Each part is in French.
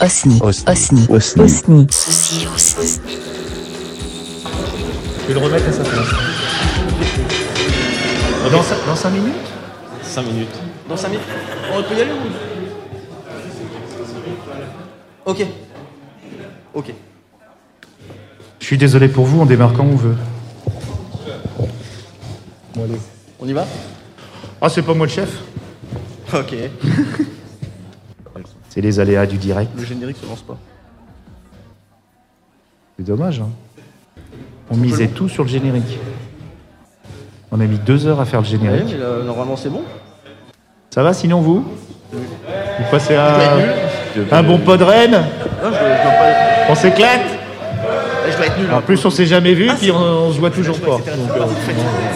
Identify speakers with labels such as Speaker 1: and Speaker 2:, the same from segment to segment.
Speaker 1: Osni.
Speaker 2: Osni.
Speaker 1: Osni.
Speaker 3: Osni.
Speaker 1: Osni. Ceci est Osni.
Speaker 4: Je vais le remettre à sa place. Dans, cin- dans 5 minutes
Speaker 2: 5 minutes.
Speaker 5: Dans 5 minutes On peut y aller ou Ok. Ok.
Speaker 4: Je suis désolé pour vous, on démarre quand on veut.
Speaker 5: On y va
Speaker 4: Ah, c'est pas moi le chef
Speaker 5: Ok.
Speaker 4: C'est les aléas du direct.
Speaker 5: Le générique se lance pas.
Speaker 4: C'est dommage. hein. On misait tout sur le générique. On a mis deux heures à faire le
Speaker 5: Ouais,
Speaker 4: générique.
Speaker 5: mais là, normalement c'est bon.
Speaker 4: Ça va sinon vous Vous passez à un bon pot de Rennes
Speaker 5: Non, je, dois, je dois pas...
Speaker 4: On s'éclate
Speaker 5: Eh, je dois être nul.
Speaker 4: En
Speaker 5: hein.
Speaker 4: plus on s'est jamais vu puis on, on se voit toujours pas. euh,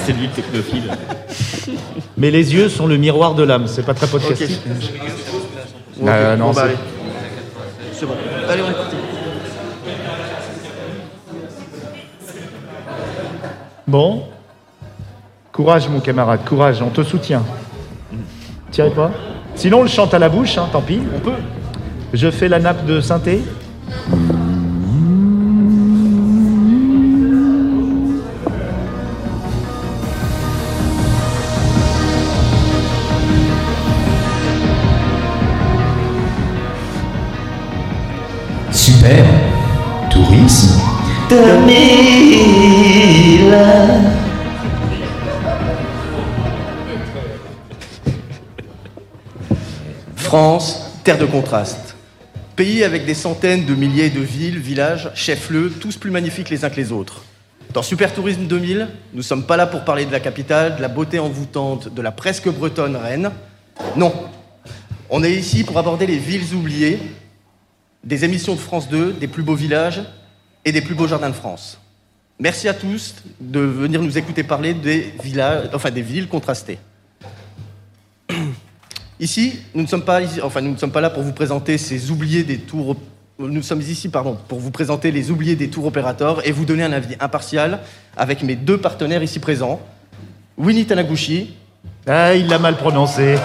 Speaker 2: C'est lui le technophile.
Speaker 4: Mais les yeux sont le miroir de l'âme, c'est pas très podcastique.
Speaker 5: Ok,
Speaker 4: Euh, non,
Speaker 5: bon, bah,
Speaker 4: c'est-
Speaker 5: allez. C'est bon. Allez, on est parti.
Speaker 4: Bon. Courage, mon camarade, courage, on te soutient. Tirez pas. Sinon, on le chante à la bouche, hein, tant pis. On peut. Je fais la nappe de synthé.
Speaker 6: Super. Tourisme.
Speaker 5: France, terre de contraste. Pays avec des centaines de milliers de villes, villages, chefs-lieux, tous plus magnifiques les uns que les autres. Dans Super Tourisme 2000, nous sommes pas là pour parler de la capitale, de la beauté envoûtante, de la presque bretonne Rennes. Non. On est ici pour aborder les villes oubliées, des émissions de France 2, des plus beaux villages et des plus beaux jardins de France. Merci à tous de venir nous écouter parler des villages, enfin des villes contrastées. Ici, nous ne sommes pas, ici- enfin, nous ne sommes pas là pour vous présenter ces oubliés des tours. op- Nous sommes ici, pardon, pour vous présenter les oubliés des tours opérateurs et vous donner un avis impartial avec mes deux partenaires ici présents, Winnie Tanaguchi
Speaker 4: Ah, il l'a mal prononcé.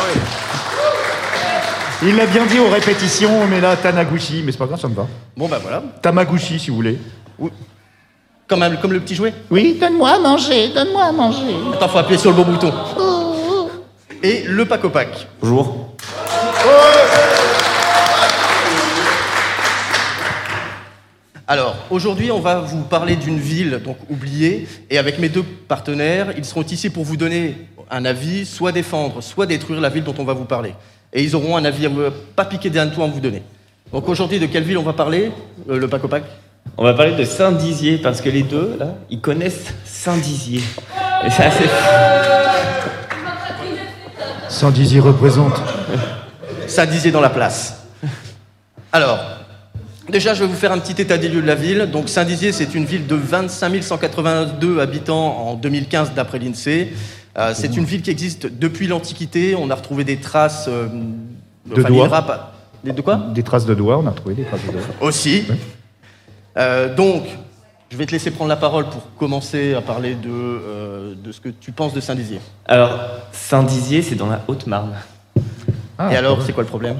Speaker 4: il l'a bien dit aux répétitions, mais là, Tanaguchi, mais c'est pas grave, ça me va.
Speaker 5: Bon ben voilà,
Speaker 4: Tamaguchi, si vous voulez.
Speaker 5: comme, un- comme le petit jouet.
Speaker 4: Oui, donne-moi à manger.
Speaker 5: Attends, faut appuyer sur le bon bouton. Et le Pacopac.
Speaker 2: Bonjour.
Speaker 5: Alors, aujourd'hui, on va vous parler d'une ville donc oubliée, et avec mes deux partenaires, ils seront ici pour vous donner un avis, soit défendre, soit détruire la ville dont on va vous parler. Et ils auront un avis à me- pas piquer d'un tout à vous donner. Donc aujourd'hui, de quelle ville on va parler Euh, Le Pacopac
Speaker 2: On va parler de Saint-Dizier parce que les deux, là, ils connaissent Saint-Dizier. Et ça, c'est.
Speaker 4: Sandizi représente.
Speaker 5: Ça disait dans la place. Alors, déjà, je vais vous faire un petit état des lieux de la ville. Donc, Saint-Dizier, c'est une ville de 25 182 habitants en 2015, d'après l'INSEE. Euh, c'est une ville qui existe depuis l'Antiquité. On a retrouvé des traces. euh,
Speaker 4: De doigts.
Speaker 5: des rap- des- De quoi
Speaker 4: Des traces de doigts, on a trouvé des traces de doigts.
Speaker 5: Aussi. Euh, donc, je vais te laisser prendre la parole pour commencer à parler de, euh, de ce que tu penses de Saint-Dizier.
Speaker 2: Alors, Saint-Dizier, c'est dans la Haute-Marne.
Speaker 4: Ah,
Speaker 5: Et alors, c'est quoi le problème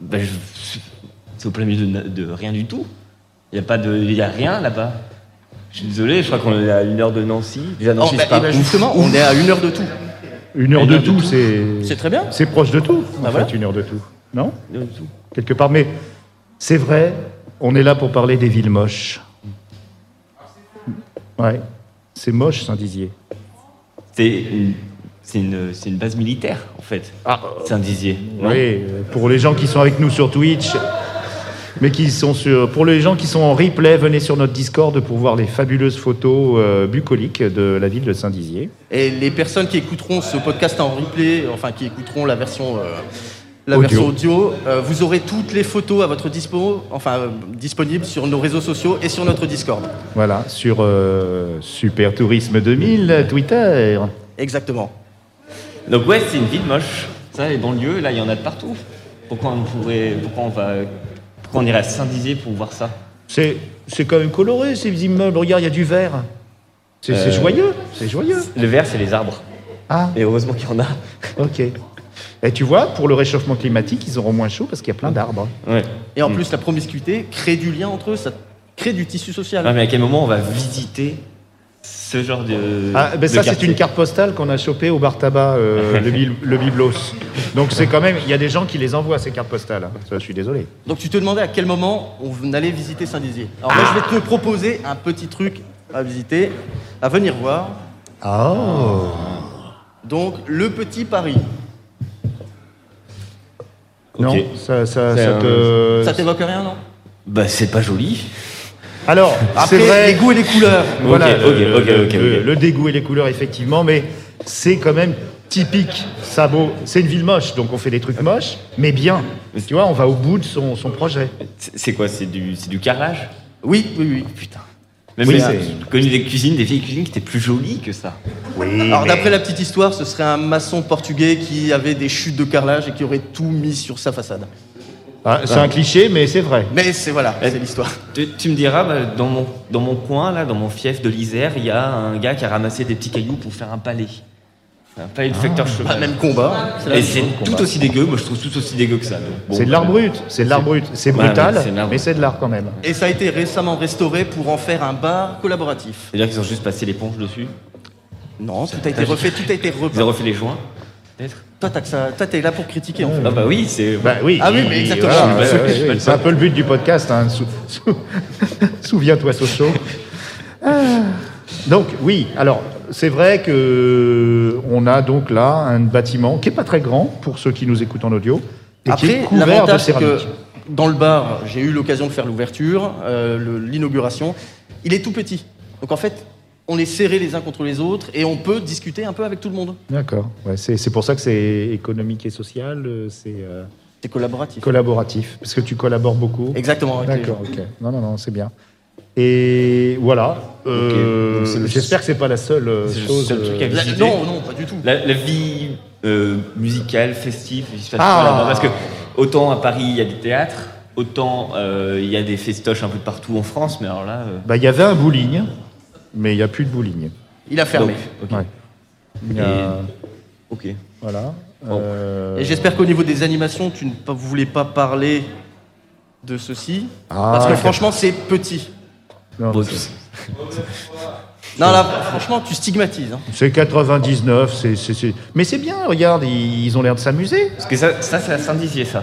Speaker 2: Bah, je- C'est au plein milieu de, de rien du tout. Il n'y a, pas de- y a rien là-bas. Je suis désolé, je crois qu'on est à une heure de Nancy. Déjà,
Speaker 5: Oh,
Speaker 2: Nancy,
Speaker 5: bah,
Speaker 2: c'est pas
Speaker 5: eh ben,
Speaker 2: ouf.
Speaker 5: Justement, on est à une heure de tout.
Speaker 4: Une heure
Speaker 2: Une
Speaker 4: de
Speaker 2: heure de
Speaker 4: tout,
Speaker 2: tout.
Speaker 5: C'est
Speaker 4: c'est.
Speaker 5: très bien.
Speaker 4: C'est proche de tout, en
Speaker 5: Bah
Speaker 4: fait,
Speaker 5: voilà.
Speaker 4: une heure de tout. Non
Speaker 2: Une heure de tout.
Speaker 4: Quelque part. Mais c'est vrai, on est là pour parler des villes moches. Ouais. C'est moche, Saint-Dizier.
Speaker 2: C'est une, c'est une, c'est une base militaire, en fait. Saint-Dizier. non
Speaker 4: Oui, euh, pour les gens qui sont avec nous sur Twitch, mais qui sont sur. Pour les gens qui sont en replay, venez sur notre Discord pour voir les fabuleuses photos euh, bucoliques de la ville de Saint-Dizier.
Speaker 5: Et les personnes qui écouteront ce podcast en replay, enfin qui écouteront la version, euh, la
Speaker 4: Audio.
Speaker 5: version audio, euh, vous aurez toutes les photos à votre dispo, enfin euh, disponibles sur nos réseaux sociaux et sur notre Discord.
Speaker 4: Voilà, sur euh, Super Tourisme 2000, Twitter.
Speaker 5: Exactement.
Speaker 2: Donc ouais, c'est une ville moche. Ça, les banlieues, là, il y en a de partout. Pourquoi on pourrait, pourquoi on va, pourquoi on irait à Saint-Dizier pour voir ça
Speaker 4: C'est, c'est quand même coloré ces immeubles. Regarde, il y a du vert. C'est, c'est
Speaker 2: Euh.
Speaker 4: joyeux, c'est joyeux.
Speaker 2: Le vert, c'est les arbres.
Speaker 4: Ah,
Speaker 2: Et heureusement qu'il y en a.
Speaker 4: ok. Et tu vois, pour le réchauffement climatique, ils auront moins chaud parce qu'il y a plein d'arbres.
Speaker 2: Ouais.
Speaker 5: Et en
Speaker 2: Mm.
Speaker 5: plus, la promiscuité crée du lien entre eux, ça crée du tissu social.
Speaker 4: Ah,
Speaker 2: Ouais, mais à quel moment on va visiter ce genre de.
Speaker 4: Ah, ben
Speaker 2: de
Speaker 4: ça, c'est
Speaker 2: quartier
Speaker 4: une carte postale qu'on a chopée au bar tabac, euh, le, Bil- le Biblos. Donc c'est quand même, il y a des gens qui les envoient ces cartes postales. hein. Ça, je suis désolé.
Speaker 5: Donc tu te demandais à quel moment on allait visiter Saint-Dizier. Alors
Speaker 4: Ah.
Speaker 5: moi, je vais te proposer un petit truc à visiter, à venir voir.
Speaker 4: Oh.
Speaker 5: Donc le petit Paris.
Speaker 2: Ok.
Speaker 4: Non, ça, ça,
Speaker 2: C'est
Speaker 4: ça
Speaker 2: un-
Speaker 4: te.
Speaker 5: Ça t'évoque rien, non
Speaker 2: Bah, c'est pas joli.
Speaker 4: Alors,
Speaker 5: Après,
Speaker 4: c'est vrai.
Speaker 5: les goûts et les couleurs.
Speaker 4: Voilà,
Speaker 2: Ok,
Speaker 4: le,
Speaker 2: ok, ok,
Speaker 4: le-
Speaker 2: ok,
Speaker 4: le-
Speaker 2: ok.
Speaker 4: le dégoût et les couleurs, effectivement, mais c'est quand même typique, sabot. C'est une ville moche, donc on fait des trucs moches, mais bien. Tu vois, on va au bout de son, son projet.
Speaker 2: C'est c'est quoi C'est du, c'est du carrelage
Speaker 5: Oui, oui, oui. Putain.
Speaker 2: Même
Speaker 4: Oui,
Speaker 2: les-
Speaker 4: c'est-
Speaker 2: j'ai connu des cuisines, des vieilles cuisines qui étaient plus jolies que ça.
Speaker 4: Oui,
Speaker 5: Alors
Speaker 4: mais-
Speaker 5: d'après la petite histoire, ce serait un maçon portugais qui avait des chutes de carrelage et qui aurait tout mis sur sa façade.
Speaker 4: Ah, c'est un cliché, mais c'est vrai.
Speaker 5: Mais c'est voilà,
Speaker 2: Eh.
Speaker 5: c'est l'histoire.
Speaker 2: Tu, tu me diras, bah, dans, mon, dans mon coin, là, dans mon fief de l'Isère, il y a un gars qui a ramassé des petits cailloux pour faire un palais. Un palais
Speaker 4: Ah.
Speaker 2: de facteur
Speaker 5: Bah,
Speaker 2: cheval.
Speaker 5: même combat. C'est la
Speaker 2: Et
Speaker 5: même
Speaker 2: c'est
Speaker 5: chose.
Speaker 2: tout aussi dégueu, moi je trouve tout aussi dégueu que ça. donc, bon,
Speaker 4: c'est de l'art
Speaker 2: bah,
Speaker 4: brut, c'est de l'art brut. C'est
Speaker 2: Ouais,
Speaker 4: brutal,
Speaker 2: mais c'est de l'art
Speaker 4: mais
Speaker 2: brut.
Speaker 4: c'est de l'art quand même.
Speaker 5: Et ça a été récemment restauré pour en faire un bar collaboratif.
Speaker 2: C'est-à-dire qu'ils ont juste passé l'éponge dessus
Speaker 5: Non, tout a été refait, tout a été
Speaker 2: Ils ont
Speaker 5: repeint.
Speaker 2: refait les joints Peut-être
Speaker 5: Toi, t'as que ça- toi, t'es là pour critiquer en fait.
Speaker 2: Ah bah oui, c'est...
Speaker 4: Bah oui.
Speaker 5: Ah oui,
Speaker 4: il-
Speaker 5: mais exactement.
Speaker 4: voilà,
Speaker 2: Je suis pas-
Speaker 4: ouais,
Speaker 2: je suis
Speaker 4: ouais,
Speaker 2: pas le
Speaker 4: ouais, c'est un peu le but du podcast. hein, sou- sou- Souviens-toi, Soso. Ah. Donc oui, alors c'est vrai que euh, on a donc là un bâtiment qui est pas très grand pour ceux qui nous écoutent en audio et qui est
Speaker 5: Après,
Speaker 4: couvert de
Speaker 5: l'avantage, c'est que
Speaker 4: céramique.
Speaker 5: dans le bar, j'ai eu l'occasion de faire l'ouverture, euh, le- l'inauguration. Il est tout petit. Donc en fait, on est serré les uns contre les autres et on peut discuter un peu avec tout le monde.
Speaker 4: D'accord. Ouais, c'est c'est pour ça que c'est économique et social, euh, c'est euh,
Speaker 5: C'est collaboratif.
Speaker 4: collaboratif parce que tu collabores beaucoup.
Speaker 5: Exactement. avec les
Speaker 4: D'accord, ok. Non, non, non, c'est bien. Et voilà. Euh,
Speaker 2: donc c'est le-
Speaker 4: J'espère que c'est pas la seule euh,
Speaker 2: C'est le
Speaker 4: chose.
Speaker 2: seul truc à
Speaker 4: euh,
Speaker 5: gens. La-
Speaker 2: visiter.
Speaker 5: non, non, pas du tout.
Speaker 2: La, la vie euh, musicale, festive, il se passe
Speaker 4: Ah.
Speaker 2: tout là-bas. Parce que autant à Paris, il y a des théâtres, autant euh, il y a des festoches un peu partout en France, mais alors là... euh,
Speaker 4: Bah, il y avait un bowling, mais il n'y a plus de bowling.
Speaker 5: Il a fermé.
Speaker 2: donc, ok.
Speaker 4: Ouais. Il y a-
Speaker 2: Ok.
Speaker 4: Voilà.
Speaker 2: Bon.
Speaker 4: Euh,
Speaker 5: Et j'espère qu'au niveau des animations, tu ne pas- vous voulez pas parler de ceci.
Speaker 4: Ah,
Speaker 5: parce que
Speaker 4: ok.
Speaker 5: franchement, c'est petit.
Speaker 4: non,
Speaker 2: Bon,
Speaker 5: Non, là, franchement, tu stigmatises. hein.
Speaker 4: C'est 99, c'est- c'est- c'est- mais c'est bien, regarde, ils, ils ont l'air de s'amuser.
Speaker 2: Parce que ça, ça c'est à Saint-Dizier, ça.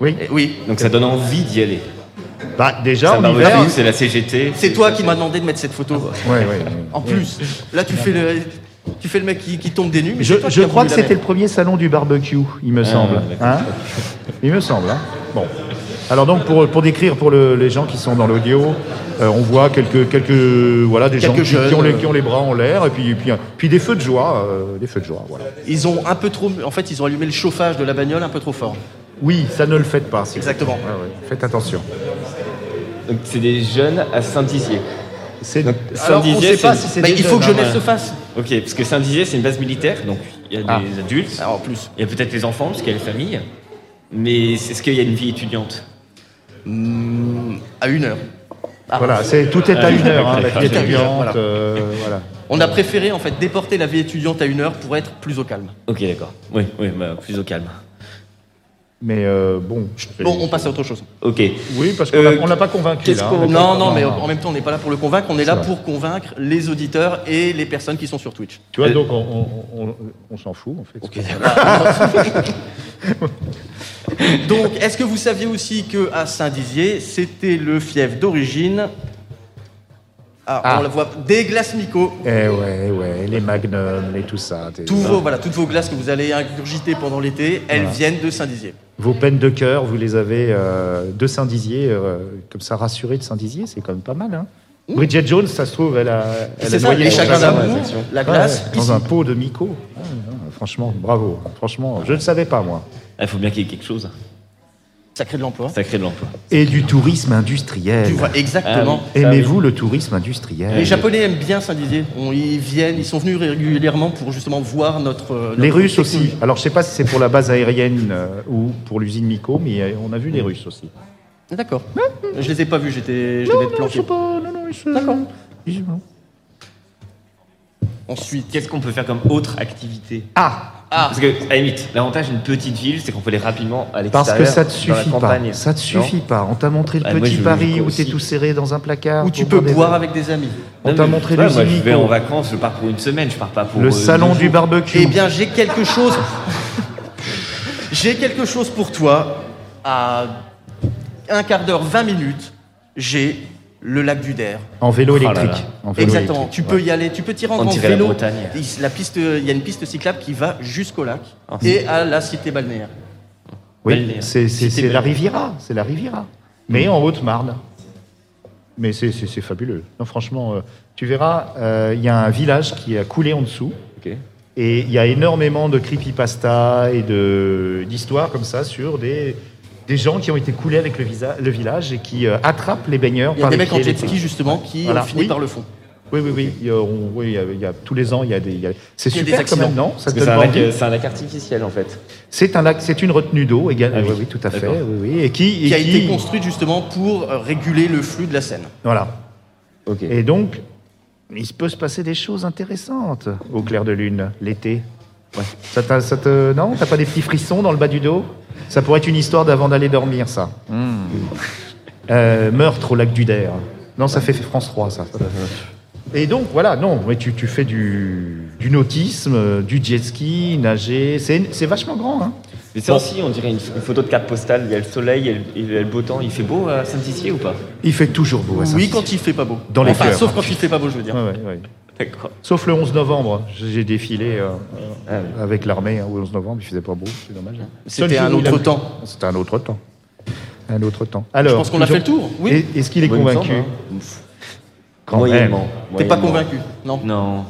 Speaker 4: Oui.
Speaker 5: Eh oui.
Speaker 2: Donc ça donne envie d'y aller.
Speaker 4: Bah, déjà,
Speaker 2: Ça
Speaker 4: on
Speaker 2: m'a
Speaker 4: y va.
Speaker 2: refusé, c'est la CGT.
Speaker 5: C'est toi qui m'as demandé de mettre cette photo.
Speaker 4: Ah, Ouais, ouais, ouais.
Speaker 5: En plus, là, tu fais le, tu fais le mec qui, qui tombe des nues. Mais
Speaker 4: Je,
Speaker 5: c'est toi
Speaker 4: je
Speaker 5: qui as
Speaker 4: crois
Speaker 5: voulu
Speaker 4: que
Speaker 5: la Ah,
Speaker 4: c'était le
Speaker 5: mettre.
Speaker 4: premier salon du barbecue, il me semble.
Speaker 2: d'accord.
Speaker 4: Hein il me semble. hein. Bon. Alors donc pour, pour décrire pour le- les gens qui sont dans l'audio, euh, on voit quelques quelques voilà des
Speaker 5: Quelques
Speaker 4: gens qui- qui,
Speaker 5: jeunes,
Speaker 4: ont les
Speaker 5: euh.
Speaker 4: qui ont les bras en l'air et puis puis puis des feux de joie, euh, des feux de joie. Voilà.
Speaker 5: Ils ont un peu trop. En fait, ils ont allumé le chauffage de la bagnole un peu trop fort.
Speaker 4: Oui, ça ne le faites pas. s'il vous plaît. Ah
Speaker 5: Exactement.
Speaker 4: Ouais, ouais, Faites attention.
Speaker 2: Donc c'est des jeunes à Saint-Dizier.
Speaker 4: C'est
Speaker 2: Alors, on sait pas si c'est
Speaker 5: Mais il faut que
Speaker 2: jeunes,
Speaker 5: jeunesse
Speaker 2: hein,
Speaker 5: se fasse.
Speaker 2: Ok, parce que Saint-Dizier, c'est une base militaire, donc il y a
Speaker 4: Ah.
Speaker 2: des adultes,
Speaker 5: Alors, en plus.
Speaker 2: il y a peut-être les enfants, parce qu'il y a les familles. Mais est-ce qu'il y a une vie étudiante
Speaker 5: Hmm, à une heure. Ah.
Speaker 4: Voilà, c'est tout est à une heure. hein, la vie
Speaker 5: Tout est à une heure,
Speaker 4: étudiante,
Speaker 5: voilà.
Speaker 4: euh, voilà.
Speaker 5: On a préféré en fait déporter la vie étudiante à une heure pour être plus au calme.
Speaker 2: Ok, d'accord. Oui, oui, bah, plus au calme.
Speaker 4: Mais euh, bon. je vais-
Speaker 5: Bon, on passe à autre chose.
Speaker 2: Ok.
Speaker 4: Oui, parce qu'on
Speaker 2: Euh,
Speaker 4: l'a- on l'a pas convaincu.
Speaker 2: qu'est-ce
Speaker 4: là,
Speaker 2: qu'on-
Speaker 4: hein.
Speaker 5: Non, non, mais
Speaker 4: non.
Speaker 5: en même temps, on n'est pas là pour le convaincre, on est là
Speaker 4: vrai.
Speaker 5: pour convaincre les auditeurs et les personnes qui sont sur Twitch.
Speaker 4: Tu vois,
Speaker 2: Euh,
Speaker 4: donc on, on- on- on s'en fout en fait.
Speaker 5: Donc, est-ce que vous saviez aussi que à Saint-Dizier, c'était le fief d'origine ah,
Speaker 4: Ah.
Speaker 5: on la voit des glaces Mico.
Speaker 4: Eh ouais, ouais, les magnums et tout ça. t'es-
Speaker 5: Tous vos, voilà, toutes vos glaces que vous allez ingurgiter pendant l'été, elles viennent de Saint-Dizier.
Speaker 4: Vos peines de cœur, vous les avez euh, de Saint-Dizier, euh, comme ça rassuré de Saint-Dizier, c'est quand même pas mal. Hein Bridget Jones, ça se trouve, elle a, elle
Speaker 5: Mmh. C'est
Speaker 4: a
Speaker 5: ça,
Speaker 4: noyé
Speaker 5: les
Speaker 4: son
Speaker 5: chagrins
Speaker 4: chagrin.
Speaker 5: d'amour, la
Speaker 4: Ouais,
Speaker 5: glace,
Speaker 4: dans
Speaker 5: ici.
Speaker 4: un pot de Mico. Ouais, ouais, franchement, bravo. hein. Franchement, je ne savais pas moi.
Speaker 2: Ah, Il faut bien qu'il y ait quelque chose.
Speaker 5: ça crée de l'emploi.
Speaker 2: Ça crée de l'emploi.
Speaker 4: Et du tourisme industriel.
Speaker 5: Tu vois, exactement.
Speaker 2: Ah
Speaker 4: Aimez-vous le tourisme industriel
Speaker 5: Les Japonais aiment bien Saint-Dizier. On- Ils viennent, ils sont venus régulièrement pour justement voir notre. euh,
Speaker 4: Les
Speaker 5: notre
Speaker 4: Russes aussi.
Speaker 5: technique.
Speaker 4: Alors, je sais pas si c'est pour la base aérienne euh, ou pour l'usine Mico, mais euh, on a vu les
Speaker 5: Mmh.
Speaker 4: Russes aussi.
Speaker 5: D'accord. Je les ai pas vus, j'étais, je devais être planqué.
Speaker 4: pas. Non, non, ils se.
Speaker 5: D'accord.
Speaker 4: ils-
Speaker 5: Ensuite,
Speaker 2: Qu'est-ce qu'on peut faire comme autre activité
Speaker 4: Ah
Speaker 5: Ah,
Speaker 2: Parce que, à la limite, l'avantage d'une petite ville, c'est qu'on peut aller rapidement à l'extérieur.
Speaker 4: Parce que ça te
Speaker 2: dans la
Speaker 4: suffit pas.
Speaker 2: campagne.
Speaker 4: Ça te
Speaker 2: Non
Speaker 4: suffit pas. On t'a montré le
Speaker 2: Ah, moi,
Speaker 4: petit
Speaker 2: je veux
Speaker 4: Paris
Speaker 2: Nico
Speaker 4: où t'es
Speaker 2: aussi.
Speaker 4: tout serré dans un placard.
Speaker 5: où
Speaker 4: pour
Speaker 5: tu peux
Speaker 4: boire des
Speaker 5: boire
Speaker 4: verres.
Speaker 5: avec des amis.
Speaker 4: On
Speaker 2: Non,
Speaker 4: t'a
Speaker 2: mais,
Speaker 4: montré
Speaker 2: ouais,
Speaker 4: le
Speaker 2: Moi, je vais en
Speaker 4: Nico.
Speaker 2: vacances, je pars pour une semaine, je pars pas pour.
Speaker 4: Le
Speaker 2: euh,
Speaker 4: salon
Speaker 2: deux
Speaker 4: du
Speaker 2: jours.
Speaker 4: barbecue.
Speaker 5: Eh bien, j'ai quelque chose. j'ai quelque chose pour toi. À un quart d'heure, 20 minutes, j'ai le lac du Der.
Speaker 4: En vélo
Speaker 2: Oh là
Speaker 4: électrique.
Speaker 2: là.
Speaker 4: En vélo
Speaker 5: Exactement.
Speaker 4: électrique.
Speaker 5: Tu peux y aller. Tu peux t'y rendre
Speaker 2: On
Speaker 5: en
Speaker 2: dirait la
Speaker 5: vélo.
Speaker 2: Bretagne.
Speaker 5: Il- la piste, il y a une piste cyclable qui va jusqu'au lac
Speaker 2: Ah.
Speaker 5: et à la cité balnéaire.
Speaker 4: Oui,
Speaker 2: Balnéaire.
Speaker 4: c'est c'est-
Speaker 2: Cité
Speaker 4: c'est la
Speaker 2: balnéaire.
Speaker 4: Riviera, c'est la Riviera. Mais en Haute-Marne. Mais c'est- c'est c'est fabuleux. Non, franchement, euh, tu verras, euh, il y a un village qui a coulé en dessous.
Speaker 2: Ok.
Speaker 4: Et il y a énormément de creepypasta et de- d'histoires comme ça sur des, des gens qui ont été coulés avec le, visa- le village et qui euh, attrapent les baigneurs.
Speaker 5: Il y a
Speaker 4: par
Speaker 5: des
Speaker 4: les
Speaker 5: mecs
Speaker 4: pieds
Speaker 5: en
Speaker 4: et les
Speaker 5: jet ski
Speaker 4: trucs.
Speaker 5: justement qui
Speaker 4: Voilà.
Speaker 5: ont fini
Speaker 4: Oui.
Speaker 5: par le fond.
Speaker 4: Oui, oui, oui. Il y a- on- oui, il y a- il y a- tous les ans, il y a des. il y a- C'est
Speaker 5: Il y a des
Speaker 4: super quand même,
Speaker 5: accidents.
Speaker 4: non Ça
Speaker 2: Parce
Speaker 4: te
Speaker 2: que c'est un
Speaker 4: donne
Speaker 2: lac,
Speaker 4: envie
Speaker 2: euh, c'est un lac artificiel en fait.
Speaker 4: C'est un lac, c'est une retenue d'eau également.
Speaker 2: Ah oui.
Speaker 4: oui. oui, tout à fait.
Speaker 2: D'accord.
Speaker 4: Oui, oui. Et qui, et
Speaker 5: qui a été
Speaker 4: qui-
Speaker 5: construite justement pour euh, réguler le flux de la Seine.
Speaker 4: Voilà.
Speaker 2: Ok.
Speaker 4: Et donc, il se peut se passer des choses intéressantes au clair de lune, l'été. Ouais. Ça, t'a- ça te, non, t'as pas des petits frissons dans le bas du dos Ça pourrait être une histoire d'avant d'aller dormir, ça. Hmm. Euh, meurtre au lac du Der. Non, ça fait France 3, ça. Et donc, voilà, non, mais tu, tu fais du, du nautisme, euh, du jet ski, nager. C'est c'est vachement grand, hein.
Speaker 2: Mais c'est aussi, on dirait une, une photo de carte postale. Il y a le soleil, il y a le- il y a le beau temps. Il fait beau à Saint-Dizier ou pas
Speaker 4: Il fait toujours beau à
Speaker 5: oui,
Speaker 4: Saint-Cyr.
Speaker 5: quand il fait pas beau.
Speaker 4: Dans les
Speaker 5: enfin,
Speaker 4: fleurs.
Speaker 5: sauf quand il fait pas beau, je veux dire.
Speaker 4: Ouais, ouais, ouais.
Speaker 2: D'accord.
Speaker 4: Sauf le 11 novembre, j'ai défilé euh,
Speaker 2: Ah oui.
Speaker 4: avec l'armée hein, au 11 novembre, il faisait pas beau, c'est dommage. hein.
Speaker 5: C'était
Speaker 4: Seul
Speaker 5: un
Speaker 4: jour où il a
Speaker 5: autre
Speaker 4: plu.
Speaker 5: temps.
Speaker 4: C'était un autre temps. Un autre temps. Alors,
Speaker 5: Je pense qu'on a fait le
Speaker 4: toujours-
Speaker 5: tour. Oui.
Speaker 4: Est- Est-ce qu'il est
Speaker 2: Moi, il me semble,
Speaker 4: convaincu
Speaker 2: hein.
Speaker 4: Quand
Speaker 2: Moyennement.
Speaker 5: T'es pas
Speaker 2: Moyennement.
Speaker 5: convaincu Non.
Speaker 2: Non,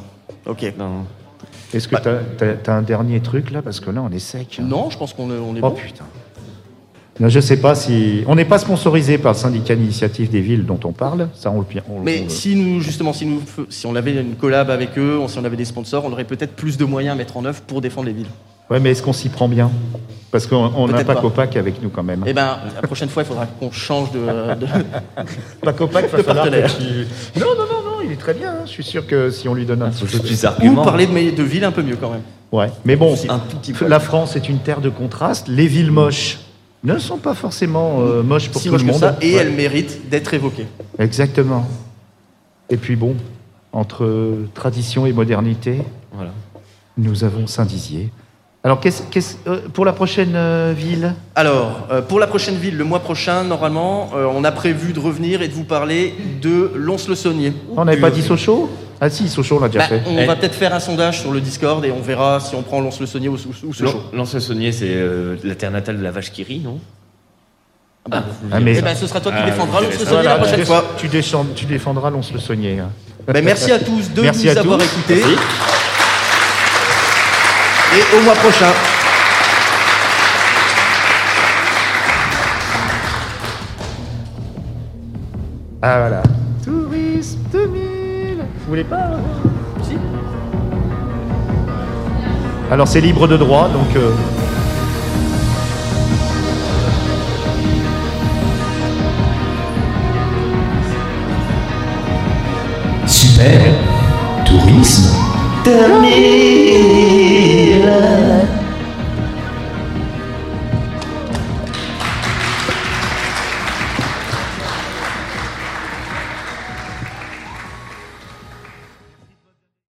Speaker 5: Ok.
Speaker 2: non.
Speaker 4: Est-ce que t'as- t'as t'as un dernier truc là Parce que là, on est sec. hein.
Speaker 5: Non, je pense qu'on est, on est
Speaker 4: Oh
Speaker 5: bon.
Speaker 4: putain. Non, je sais pas si. On n'est pas sponsorisé par le syndicat d'initiative des villes dont on parle. Ça, on le. on le- on
Speaker 5: Mais
Speaker 4: le-
Speaker 5: si nous, justement, si, nous, f- si on avait une collab avec eux, on- si on avait des sponsors, on aurait peut-être plus de moyens à mettre en œuvre pour défendre les villes.
Speaker 4: Ouais, mais est-ce qu'on s'y prend bien Parce qu'on on n'a
Speaker 5: Peut-être
Speaker 4: pas
Speaker 5: pas.
Speaker 4: Copac avec nous quand même.
Speaker 5: Eh ben, la prochaine fois, il faudra qu'on change de, de-
Speaker 4: Pas Copac,
Speaker 5: va falloir que
Speaker 4: Non, non, non, non, il est très bien. hein. Je suis sûr que si on lui donne un petit
Speaker 2: Faut
Speaker 4: peu
Speaker 2: que
Speaker 4: de-
Speaker 2: tu
Speaker 5: ou
Speaker 2: arguments.
Speaker 5: parler de, mes- de villes un peu mieux quand même.
Speaker 4: Ouais, mais bon,
Speaker 2: Un tout petit peu.
Speaker 4: la France est une terre de contraste. Les villes moches ne sont pas forcément euh, moches pour
Speaker 5: si
Speaker 4: tout
Speaker 5: moche
Speaker 4: le
Speaker 5: que
Speaker 4: monde.
Speaker 5: ça, et
Speaker 4: Ouais.
Speaker 5: elles méritent d'être évoquées.
Speaker 4: Exactement. Et puis bon, entre euh, tradition et modernité,
Speaker 2: Voilà.
Speaker 4: nous avons Saint-Dizier. Alors, qu'est-ce, qu'est-ce- euh, pour la prochaine euh, ville
Speaker 5: Alors, euh, pour la prochaine ville, le mois prochain, normalement, euh, on a prévu de revenir et de vous parler de Lons-le-Saunier.
Speaker 4: On n'avait
Speaker 5: Du-
Speaker 4: pas dit Sochaux Ah si, Sochaux, on l'a déjà
Speaker 5: Bah,
Speaker 4: fait.
Speaker 5: on
Speaker 2: Eh.
Speaker 5: va peut-être faire un sondage sur le Discord et on verra si on prend Lons-le-Saunier ou, ou, ou Sochaux.
Speaker 2: L'ancien saunier, c'est euh, la terre natale de la vache qui rit, non
Speaker 5: bah,
Speaker 4: Ah, mais-
Speaker 5: Eh ben, ce sera toi qui
Speaker 2: Ah,
Speaker 5: défendras
Speaker 2: vous
Speaker 5: Lons-le-Saunier
Speaker 4: Voilà,
Speaker 5: la
Speaker 4: tu,
Speaker 5: prochaine
Speaker 4: dé-
Speaker 5: fois.
Speaker 4: tu déchan- tu défendras l'once le saunier hein.
Speaker 5: Ben, merci à tous de
Speaker 4: Merci
Speaker 5: nous
Speaker 4: à
Speaker 5: avoir
Speaker 4: tous.
Speaker 5: écoutés
Speaker 2: Merci.
Speaker 5: et au mois prochain.
Speaker 4: Ah voilà. Tourisme 2000 Vous voulez pas euh, si Alors c'est libre de droit, donc... euh,
Speaker 6: Super Tourisme.
Speaker 1: Dormir.